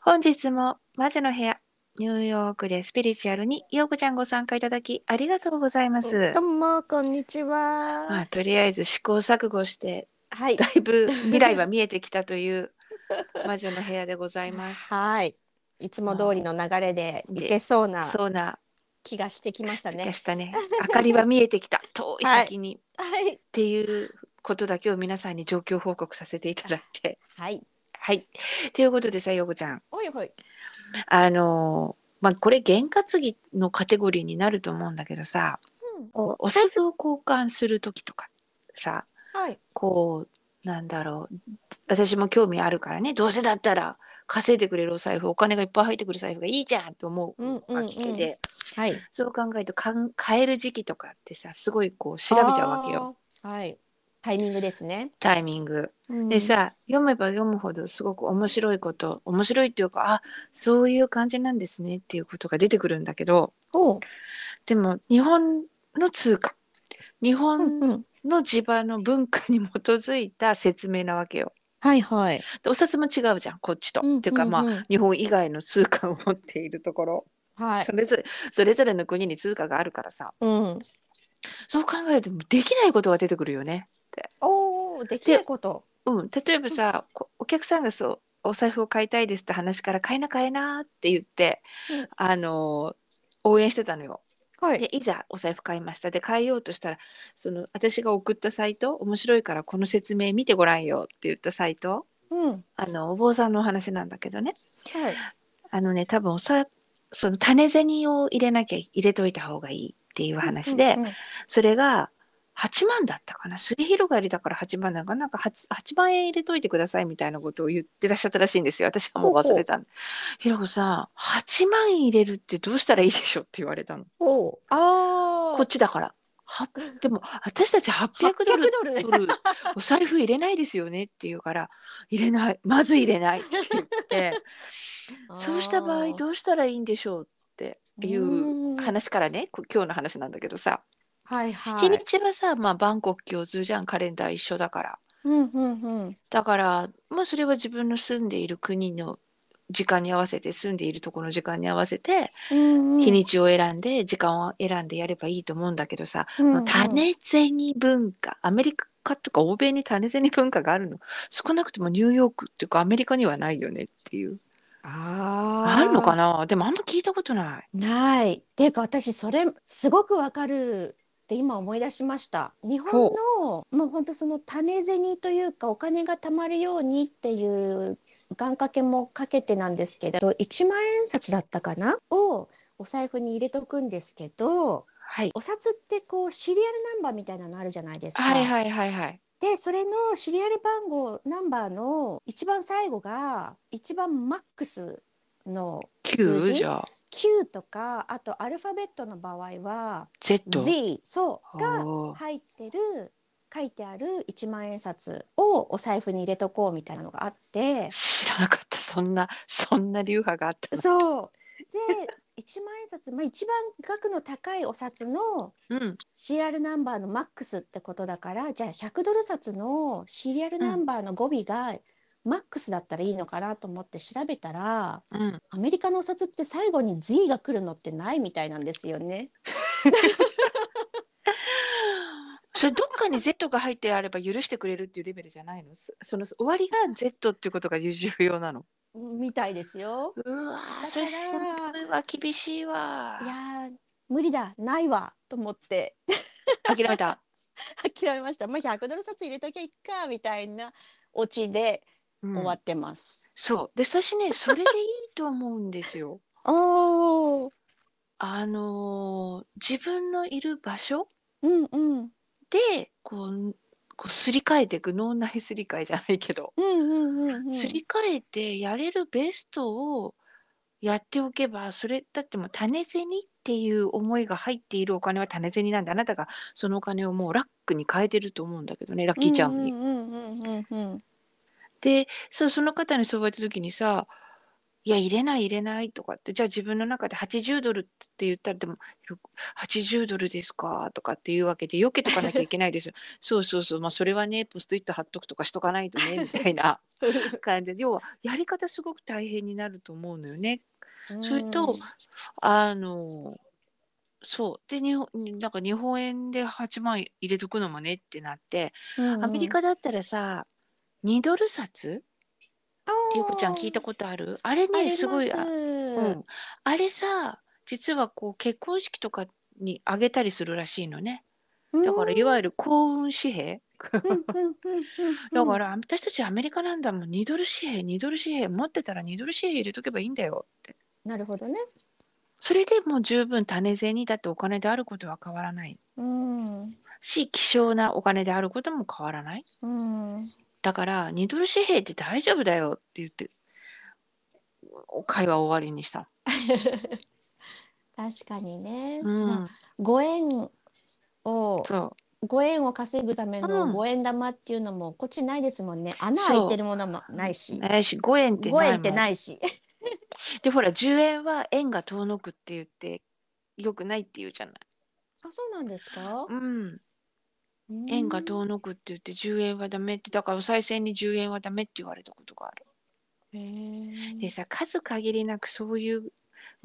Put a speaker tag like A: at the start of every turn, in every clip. A: 本日も魔女の部屋、ニューヨークでスピリチュアルにようこちゃんご参加いただきありがとうございます
B: ど。うもこんにち
A: ま
B: は。
A: あ、とりあえず試行錯誤して
B: はい
A: だ。いぶ未来は見えてきたと いう魔女の部屋でございます。
B: はい。いつも通りの流れでいけそうな
A: そうな
B: 気がしてきました
A: 気が
B: ね。
A: したね。明かりは見えてき た遠い先に、っ
B: はい。
A: ていうことだけを皆さんに状況報告させていただいて。
B: はい。
A: はい。ということでさようこちゃん。
B: おいほい。
A: あのーまあこれ験担ぎのカテゴリーになると思うんだけどさ
B: うん
A: こうお財布を交換する時とかさ
B: はい。
A: こうなんだろう私も興味あるからねどうせだったら稼いでくれるお財布お金がいっぱい入ってくる財布がいいじゃんと思う
B: うんうんう
A: わ
B: ん。
A: けで、
B: はい。
A: そう考えるとかん買える時期とかってさすごいこう調べちゃうわけよ
B: あー。はい。タイミングですね。
A: タイミング。
B: うん
A: で。さ読めば読むほどすごく面白いこと面白いっていうかあそういう感じなんですねっていうことが出てくるんだけど。
B: おう。
A: でも日本の通貨日
B: うん
A: 本
B: うん。
A: の地場の文化に基づいた説明なわけよ。
B: はいはい。
A: でお札も違うじゃんこっちと。
B: うん
A: っていうかまあ、
B: うんうん
A: 日本以外の通貨を持っているところ、
B: はい
A: そ。れぞれそれぞれの国に通貨があるからさ
B: うん。
A: そう考えるともうできないことが出てくるよね。
B: おおできないこと。
A: うん、例えばさ、こお客さんがそうお財布を買いたいですって話から買えな買えなって言って、
B: うん
A: あの応援してたのよ。
B: はい。
A: でいざお財布買いましたで買えようとしたらその私が送ったサイト面白いからこの説明見てごらんよって言ったサイト
B: うん。
A: あのお坊さんのお話なんだけどね
B: はい。
A: あのね多分おさその種銭を入れなきゃ入れといた方がいいっていう話で、
B: うんうん
A: それが8万だったかなすり広がりだから8万なのかななんか 8, 8万円入れといてくださいみたいなことを言ってらっしゃったらしいんですよ私はもう忘れたんでひろこさん8万入れるってどうしたらいいでしょうって言われたの。
B: おう。ああ。
A: こっちだから。 はでも私たち800ドル
B: ドルね。
A: 取るお財布入れないですよねって言うから入れないまず入れないって言ってそうした場合
B: う
A: どうしたらいいんでしょうっていう話からねこ今日の話なんだけどさ、
B: はいはい。
A: 日にちはさ、まあ、バンコク共通じゃんカレンダー一緒だから
B: うんうんうん。
A: だから、まあ、それは自分の住んでいる国の時間に合わせて住んでいるところの時間に合わせて
B: うんうん
A: 日にちを選んで時間を選んでやればいいと思うんだけどさ
B: うんうん
A: 種銭文化アメリカとか欧米に種銭文化があるの少なくともニューヨークっていうかアメリカにはないよねっていう
B: あ
A: あるのか
B: な
A: なでもあんま聞いたことない
B: ない。っていうか私それすごくわかるって今思い出しました。日本のもう本当その種銭というかお金が貯まるようにっていう願掛けもかけてなんですけど1万円札だったかなをお財布に入れとくんですけど
A: はい
B: お札ってこうシリアルナンバーみたいなのあるじゃないですか。
A: はいはいはいはい
B: でそれのシリアル番号ナンバーの一番最後が一番マックスの数
A: 9
B: 字
A: じゃあ
B: Q とかあとアルファベットの場合は
A: Z
B: Z そうが
A: おー
B: 入ってる書いてある1万円札をお財布に入れとこうみたいなのがあって
A: 知らなかったそんな そんな流派があったの
B: そうで1万円札、まあ、一番額の高いお札の
A: うん
B: シリアルナンバーのマックスってことだからじゃあ100ドル札のシリアルナンバーの語尾がマックスだったらいいのかなと思って調べたら、
A: うん
B: アメリカのお札って最後に Z が来るのってないみたいなんですよね。
A: それどっかに Z が入ってあれば許してくれるっていうレベルじゃないのそその終わりが Z っていうことが重要なの
B: みたいですよ。
A: うわー
B: だ
A: それ
B: から
A: すごいわ厳しいわ
B: いやー無理だないわと思って
A: 諦め た
B: 諦めました。まあ100ドル札入れときゃいいかみたいなオチで
A: うん
B: 終わってます。
A: そうで私ねそれでいいと思うんですよ。
B: おお
A: あのー自分のいる場所
B: うんうん
A: でこうこうすり替えていく脳内すり替えじゃないけど、
B: うんうんうんうん。
A: すり替えてやれるベストをやっておけばそれだってもう種銭っていう思いが入っているお金は種銭なんであなたがそのお金をもうラックに変えてると思うんだけどねラッキーちゃんに。
B: うんうんうんうんうんうん。
A: でそうその方にそう言われた時にさいや入れない入れないとかってじゃあ自分の中で80ドルって言ったらでも80ドルですかとかっていうわけで避けとかなきゃいけないですよそうそうそうまあそれはねポストイット貼っとくとかしとかないとねみたいな感じで要はやり方すごく大変になると思うのよね。それとあのそうで日本なんか日本円で8万入れとくのもねってなって、
B: うん、うん
A: アメリカだったらさ2ドル札
B: あー
A: ゆうこちゃん聞いたことあるあれ
B: あり
A: ね
B: ます
A: ごいあ,、う
B: うん
A: ん、あれさ実はこう結婚式とかにあげたりするらしいのねだからいわゆる幸運紙幣
B: うんうんうんうんう
A: だ
B: ん
A: から私たちアメリカなんだもん2ドル紙幣2ドル紙幣持ってたら2ドル紙幣入れとけばいいんだよって
B: なるほどね。
A: それでもう十分種銭だってお金であることは変わらない
B: うんうん
A: し希少なお金であることも変わらない
B: うん
A: だから2ドル紙幣って大丈夫だよって言ってお会話を終わりにした、
B: 確かにね。
A: うん
B: まあご縁を
A: そう
B: ご縁を稼ぐため
A: うん
B: の五円玉っていうのもこっちないですもんね。穴開いてるものもないし、
A: ないし5円って
B: 五
A: ない
B: 円
A: も
B: っ
A: ん
B: てないし。
A: でほら10円は円が遠のくって言ってよくないって言うじゃない、
B: あ、そうなんですか。
A: うん、
B: うん
A: 円が遠のくって言って10円はダメってだからお賽銭に10円はダメって言われたことがある
B: へー
A: でさ数限りなくそういう生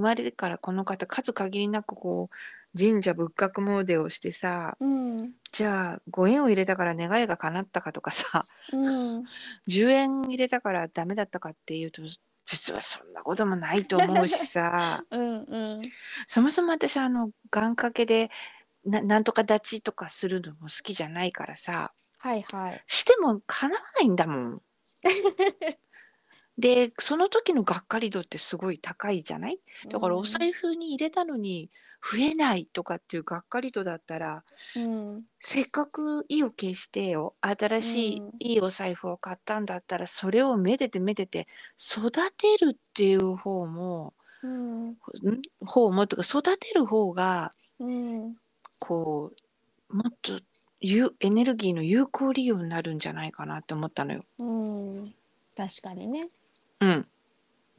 A: まれてからこの方数限りなくこう神社仏閣詣をしてさ
B: うん
A: じゃあ5円を入れたから願いが叶ったかとかさ
B: うん。
A: 10円入れたからダメだったかっていうと実はそんなこともないと思うしさ
B: うんうん。
A: そもそも私あの願掛けでななんとか立ちとかするのも好きじゃないからさ
B: はいはい。
A: しても叶わないんだもん。でその時のがっかり度ってすごい高いじゃないだからお財布に入れたのに増えないとかっていうがっかり度だったら
B: うん
A: せっかく意を決してよ新しい
B: うん
A: いいお財布を買ったんだったらそれをめでてめでて育てるっていう方も
B: うん
A: ん方もとか育てる方が
B: うん。
A: こうもっと有エネルギーの有効利用になるんじゃないかなって思ったのよ。
B: うん。確かにね。
A: うん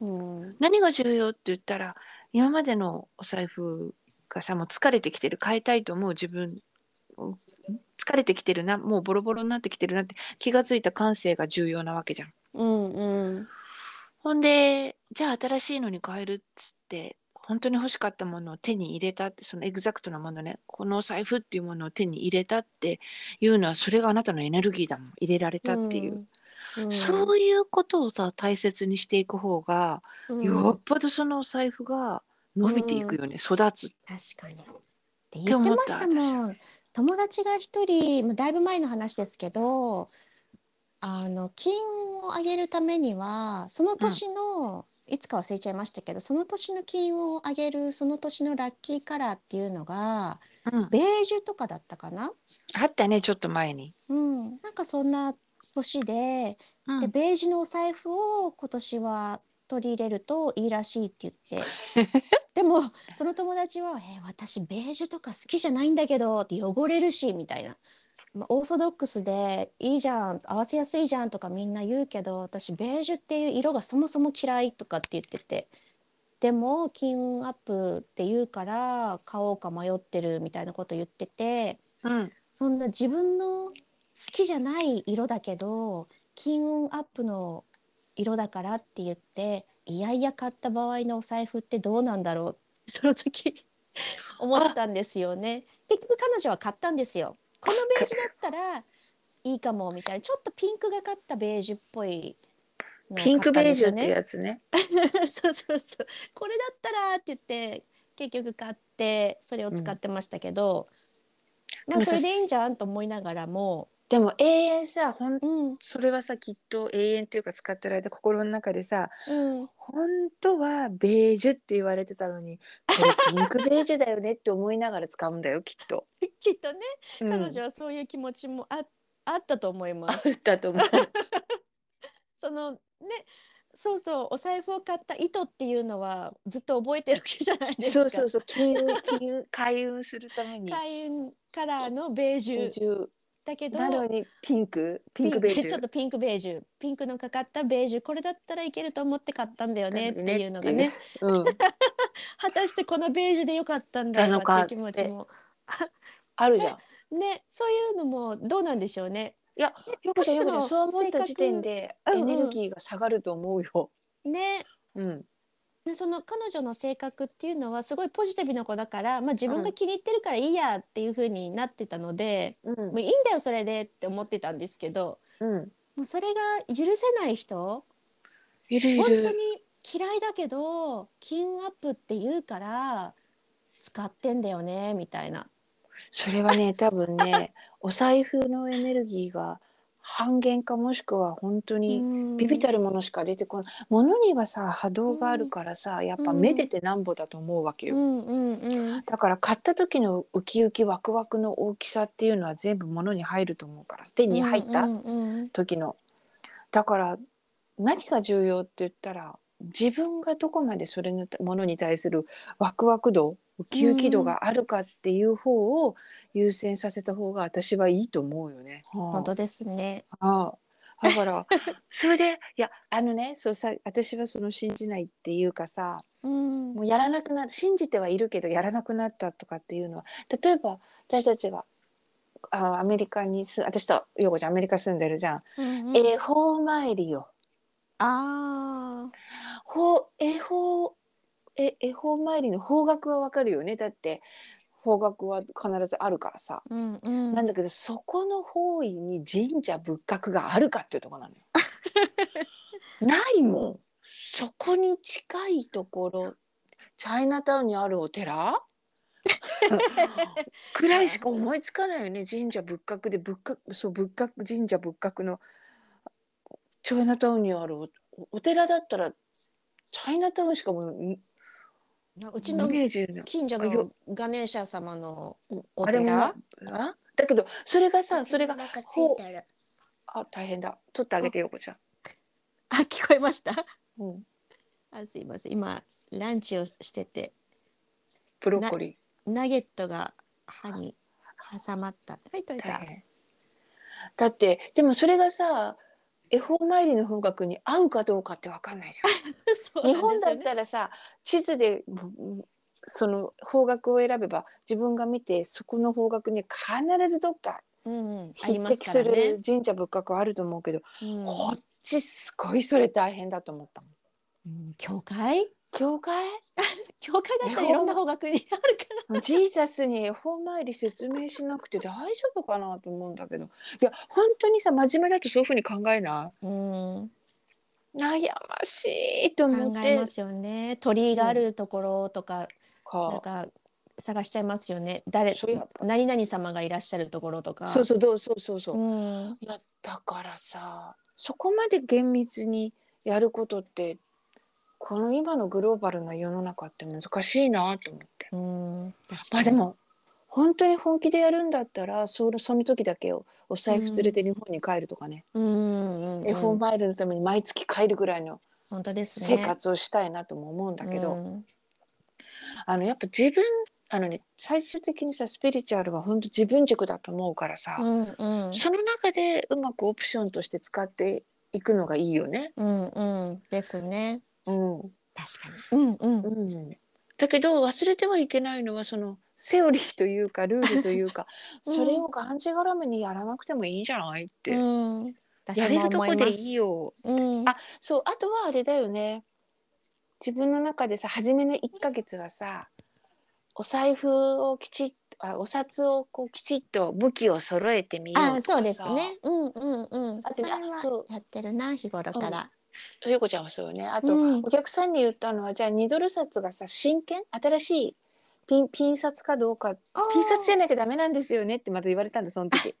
B: うん。
A: 何が重要って言ったら今までのお財布がさもう疲れてきてる変えたいと思う自分うん疲れてきてるなもうボロボロになってきてるなって気がついた感性が重要なわけじゃん。
B: うんうん。
A: ほんでじゃあ新しいのに変えるっつって本当に欲しかったものを手に入れたってそのエグザクトなものねこのお財布っていうものを手に入れたっていうのはそれがあなたのエネルギーだもん入れられたっていう、
B: うん。うん
A: そういうことをさ大切にしていく方が
B: うん
A: よっぽどそのお財布が伸びていくよね、育つ。
B: 確かに。って言ってましたもん。友達が一人、まあだいぶ前の話ですけど。あの金を上げるためには、その年の、いつか忘れちゃいましたけど、その年の金を上げる、その年のラッキーカラーっていうのが。
A: うん、
B: ベージュとかだったかな。
A: あったねちょっと前に。
B: うん、なんかそんな年で、
A: うん
B: でベージュのお財布を今年は取り入れるといいらしいって言って でもその友達は「えー私ベージュとか好きじゃないんだけど」って汚れるしみたいな、まあ、オーソドックスで「いいじゃん合わせやすいじゃん」とかみんな言うけど私ベージュっていう色がそもそも嫌いとかって言ってて。でも金運アップって言うから買おうか迷ってるみたいなこと言ってて
A: うん
B: そんな自分の好きじゃない色だけど金運アップの色だからって言っていやいや買った場合のお財布ってどうなんだろうってその 時思ったんですよね結局彼女は買ったんですよこのベージュだったらいいかもみたいなちょっとピンクがかったベージュっぽいのを買
A: ピンク
B: ったん
A: ベー
B: です
A: ジ
B: よ
A: ュっ
B: ね
A: てやつね。
B: そうそうそうこれだったらって言って結局買ってそれを使ってましたけど、
A: うん
B: なんかそれでいいんじゃんと思いながらも、
A: でも永遠さほん
B: うん
A: それはさきっと永遠というか使ってる間心の中でさ
B: うん、
A: 本当はベージュって言われてたのにこれピンクベージュだよねって思いながら使うんだよきっと。
B: きっとね
A: うん
B: 彼女はそういう気持ちもあ,、あったと思います。
A: あったと思う。
B: そのねそうそうお財布を買った意図っていうのはずっと覚えてるわけじゃないです
A: そ
B: か。
A: う そうそう金運金運開運するために。
B: 開運カラーのベージ
A: ベー
B: ュ
A: ジュ
B: だけど
A: なのにピンクピンクベージュ
B: ちょっとピンクベージュピンクのかかったベージュこれだったらいけると思って買ったんだよねっていうのがね
A: うん、
B: 果たしてこのベージュでよかったんだろうかっていう気持ちも
A: あるじゃ ん。
B: ねそういうのもどうなんでしょうね
A: いや
B: ね
A: よくじゃんよくじゃ
B: こ
A: ん
B: っち
A: そう
B: の
A: 思った時点で
B: 性
A: エ
B: 格
A: ネルギーが下がると思うよ。
B: ね
A: うん、
B: でその彼女の性格っていうのはすごいポジティブな子だから、まあ、自分が気に入ってるからいいやっていう風になってたので、
A: うん
B: もういいんだよそれでって思ってたんですけど
A: うん、
B: もうそれが許せない人
C: いるい
B: 本当
C: る。
B: に嫌いだけど金アップって言うから使ってんだよねみたいな。
A: それはね多分ね お財布のエネルギーが半減かもしくは本当にビビた
B: る
A: るものしか出てこないものにはさ波動があるからさやっぱ
B: うん
A: めでてなんぼだと思うわけ
B: う
A: よ。
B: んうんうん
A: だから買った時のウキウキワクワクの大きさっていうのは全部物に入ると思うから手に入った
B: うんうん
A: 時の、だから何が重要って言ったら自分がどこまでそれのものに対するワクワク度ウキウキ度があるかっていう方を優先させた方が私はいいと思うよね。
B: 本当ですね。
A: ああだからそれでいやあのねそうさ私はその信じないっていうかさ
B: うん
A: もうやらなくな信じてはいるけどやらなくなったとかっていうのは例えば私たちがあアメリカにす私と陽子ちゃんアメリカ住んでるじゃん、
B: うんうん
A: 恵方参りよ
B: あー
A: ほ恵方え恵方参りの方角はわかるよねだって方角は必ずあるからさ、
B: うんうん
A: なんだけどそこの方位に神社仏閣があるかっていうところなの よ。ないもん。そこに近いところチャイナタウンにあるお 寺くらいしか思いつかないよね神社仏閣で仏閣そう仏閣神社仏閣のチャイナタウンにあるおお寺だったらチャイナタウンしかもうイ
B: うち
A: メ
B: の
A: ージない
B: 近所
A: あよ
B: のガネーシャ様のお
A: あれも
B: 寺
A: なあだけどそれがさそれが
B: なんかつ
A: ほう
B: いてる
A: あ大変だ取ってあげてよこちゃん。
B: あ聞こえました
A: うん、
B: あすいません今ランチをしてて
A: ブロッコリー
B: ナゲットが歯に挟まったはい取れ
A: 大
B: た
A: 変だってでもそれがさ恵方参りの方角に合うかどうかって分かんないじ
B: そう
A: ゃん日本だ
B: な
A: っ
B: んですよね
A: たらさ地図でうんその方角を選べば自分が見てそこの方角に必ずどっか
B: うんうんあり
A: 匹
B: ます
A: 敵
B: か
A: す
B: らね
A: る神社仏閣はあると思うけど、
B: うん
A: こっちすごいそれ大変だと思った
B: うん教会
A: 教会
B: 教会だったらいろんな方角にあるか
A: ジーザスに恵方参り説明しなくて大丈夫かなと思うんだけどいや本当にさ真面目だとそういうふうに考えない
B: ら、うん、
A: 悩ましいと思っ
B: 考え
A: て
B: ますよね鳥居があるところとか、なん
A: か
B: か探しちゃいますよね誰
A: そうやっぱ
B: 何々様がいらっしゃるところとか
A: そうそうどうそうそうそう、
B: うん
A: いやだからさそこまで厳密にやることってこの今のグローバルな世の中って難しいなと思って
B: うん確
A: ま
B: か
A: あ
B: に
A: でも本当に本気でやるんだったらそのその時だけをお財布連れて日本に帰るとかね、
B: うんうんうん
A: 絵本マイルのために毎月帰るぐらいの
B: 本当です
A: 生
B: ね
A: 活をしたいなとも思うんだけど、
B: うん
A: あのやっぱ自分あのね最終的にさスピリチュアルは本当自分軸だと思うからさ、
B: うんうん
A: その中でうまくオプションとして使っていくのがいいよね。
B: うんうんですね
A: うん
B: 確かにうんうん
A: だけど忘れてはいけないのはそのセオリーというかルールというか、
B: うん
A: それをがんじがらめにやらなくてもいいんじゃないって、
B: うん私
A: やれ
B: も
A: ると
B: 思
A: こ
B: いま
A: ですいいよ。
B: うん
A: あそうあとはあれだよね自分の中でさ初めの1ヶ月はさお財布をきちっとあお札をこうきちっと武器を揃えてみようと
B: あ
A: かさ
B: そうですねうんうんうん
A: あと
B: それ
A: そ
B: は
A: う
B: やってるな日頃から
A: ゆうこちゃんはそうよねあと、
B: うん
A: お客さんに言ったのはじゃあ2ドル札がさ新券新しいピンピン札かどうか
B: あー
A: ピン札じゃなきゃダメなんですよねってまた言われたんだその 時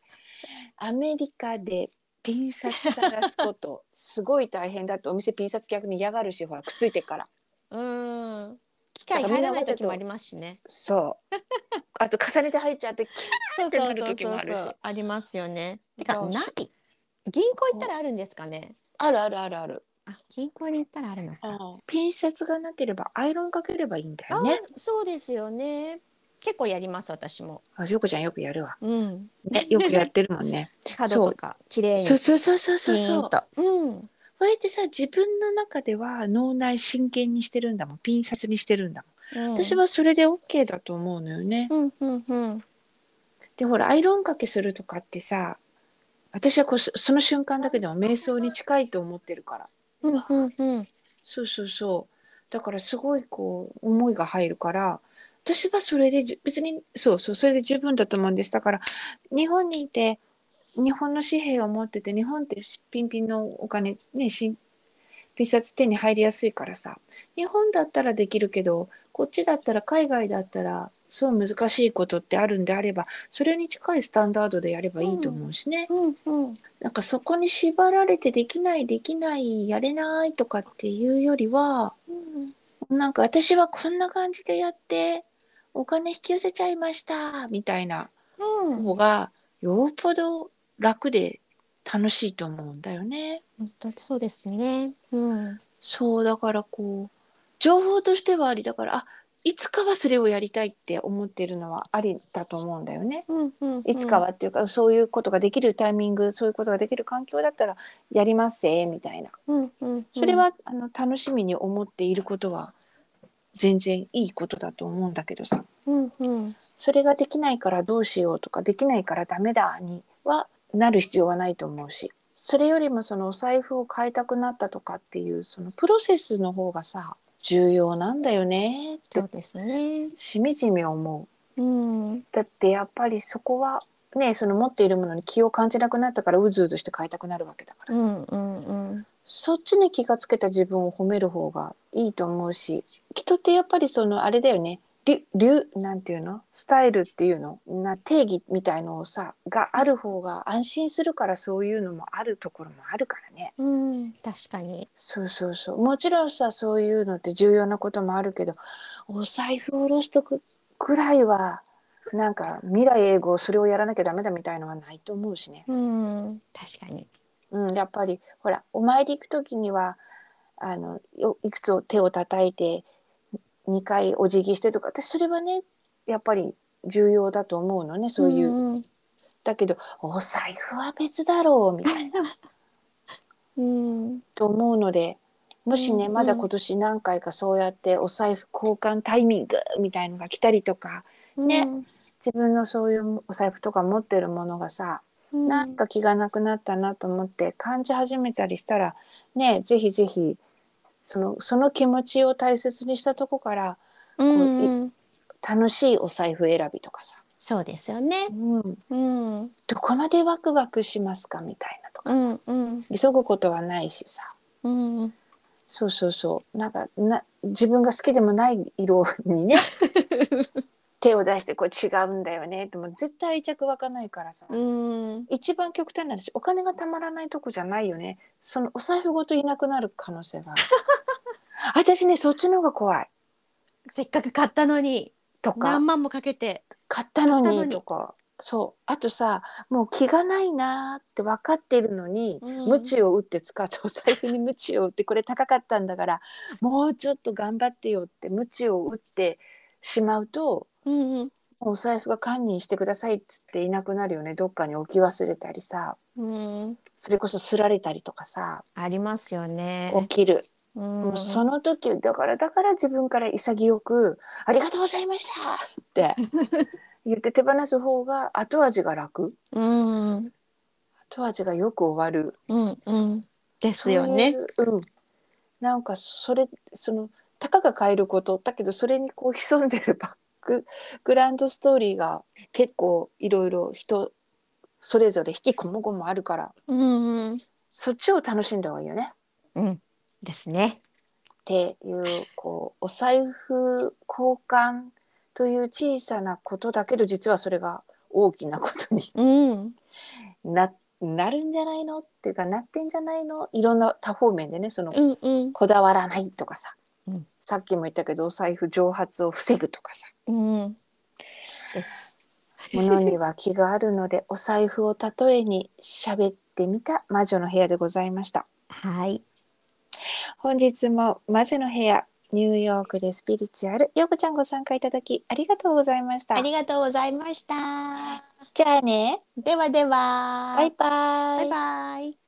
A: アメリカでピン札探すことすごい大変だってお店ピン札逆に嫌がるしほらくっついてっから
B: うん機械入らない時もありますしね
A: そう あと重ねて入っちゃってキ
B: そう
A: て
B: そ
A: な
B: う
A: る
B: そう
A: 時も
B: そう
A: あるし
B: そうありますよねて
A: そ
B: か
A: う
B: ない銀行行ったらあるんですかね
A: あるあるあるある
B: あ銀行に行ったらあるのか
A: ピン札がなければアイロンかければいいんだよ
B: あ
A: ね
B: そうですよね結構やります私も。
A: あよこちゃんよくやるわ。
B: うん。
A: ね、よくやってるもん ね。
B: 角とか綺麗に。
A: そうそうそうそうそう
B: ピ
A: そ
B: ー
A: う
B: ン。と。うん。
A: これってさ自分の中では脳内真剣にしてるんだもんピン札にしてるんだ
B: うん
A: もん、私。はそれで OK だと思うのよね。
B: うんうんうん。
A: でほらアイロンかけするとかってさ私はこうそその瞬間だけでも瞑想に近いと思ってるから
B: うんうんうん。
A: そうそうそうだからすごいこう思いが入るから私はそれでじ別にそうそうそれで十分だと思うんですだから日本にいて日本の紙幣を持ってて日本ってピンピンのお金ね新ピ札手に入りやすいからさ日本だったらできるけどこっちだったら海外だったらそう難しいことってあるんであればそれに近いスタンダードでやればいいと思うしね。
B: うんうん。
A: なんかそこに縛られてできないできないやれないとかっていうよりはなんか私はこんな感じでやってお金引き寄せちゃいましたみたいな
B: うん。
A: 方がよっぽど楽で楽しいと思うんだよね。
B: 本当そうですね。うん。
A: そうだからこう情報としてはありだからあいつかはそれをやりたいって思ってるのはありだと思うんだよね。
B: うんうん。
A: いつか。はっていうか、そういうことができるタイミングそういうことができる環境だったらやりますぜみたいな。
B: うんうん。
A: それ。は、あの楽しみに思っていることは全然いいことだと思うんだけどさ
B: うんうん。
A: それができないからどうしようとかできないからダメだにはなる必要はないと思うしそれよりもそのお財布を買いたくなったとかっていうそのプロセスの方がさ重要なんだよねっ
B: そ
A: て
B: うですね。
A: しみじみ思
B: うん。
A: うだってやっぱりそこはねその持っているものに気を感じなくなったからうずうずして買いたくなるわけだから
B: う
A: さ、
B: んうんうん。
A: そっちに気がつけた自分を褒める方がいいと思うし人ってやっぱりそのあれだよね流流なんていうのスタイルっていうのな定義みたいのをさがある方が安心するからそういうのもあるところもあるからね
B: うん、確かに。
A: そうそうそうもちろんさそういうのって重要なこともあるけどお財布を下ろしとくくらいはなんか未来永劫それをやらなきゃダメだみたいのはないと思うしね。
B: うん、確かに。
A: うん、やっぱりほらお参り行く時にはあのよいくつを手を叩いて2回お辞儀してとか私それはねやっぱり重要だと思うのねそういう、
B: うん。
A: だけどお財布は別だろうみたいな
B: うん。
A: と思うのでもしね、
B: うん
A: まだ今年何回かそうやってお財布交換タイミングみたいのが来たりとかね自分のそういうお財布とか持ってるものがさ
B: うん。
A: なんか気がなくなったなと思って感じ始めたりしたらねぜひぜひそのその気持ちを大切にしたとこから
B: うん、うん。
A: 楽しいお財布選びとかさ、
B: そうですよね。
A: うん、
B: うん。うん、
A: どこまでワクワクしますかみたいなと
B: う
A: かさ、
B: ん、うん、
A: 急ぐことはないしさ
B: うん。
A: そうそうそうなんかな自分が好きでもない色にね手を出してこれ違うんだよねってもう絶対愛着湧かないからさ。
B: うん、
A: 一番極端な話お金がたまらないとこじゃないよねそのお財布ごといなくなる可能性 がある私ねそっちの方が怖い
B: せっかく買ったのに、
A: とか
B: 何万もかけて。
A: 買ったの
B: 買ったの
A: に
B: に
A: とかそうあとさもう気がないなーって分かってるのに、
B: うん
A: 鞭を打って使ってお財布に鞭を打ってこれ高かったんだからもうちょっと頑張ってよって鞭を打ってしまうと
B: うん、うん、
A: お財布が堪忍してくださいっつっていなくなるよねどっかに置き忘れたりさ
B: うん。
A: それこそすられたりとかさ
B: ありますよね。
A: 起きる
B: うん
A: もうその時だからだから自分から潔く「ありがとうございました」 って言って手放す方が後味が楽
B: うん、
A: 後味がよく終わる
B: うん、うん。ですよね。
A: そういううん、なんかそれそのたかが買えることだけどそれにこう潜んでるバックグラウンドストーリーが結構いろいろ人それぞれ引きこもごもあるから
B: うん、うん。
A: そっちを楽しんだ方がいいよね。
B: うん。ですね。
A: っていうこうお財布交換という小さなことだけど実はそれが大きなことに
B: うん。
A: な なるんじゃないのっていうかなってんじゃないのいろんな多方面でねその
B: うん、うん。
A: こだわらないとかさ、
B: うん
A: さっきも言ったけどお財布蒸発を防ぐとかさ
B: うん。です。
A: 物には気があるのでお財布を例えに喋ってみた魔女の部屋でございました。
B: はい。
A: 本日も魔女の部屋ニューヨークでスピリチュアル、ようこちゃんご参加いただき、ありがとうございました
B: あ。りがとうございました。
A: じゃあね、
B: ではでは。
A: バイバイ。
B: バイバイ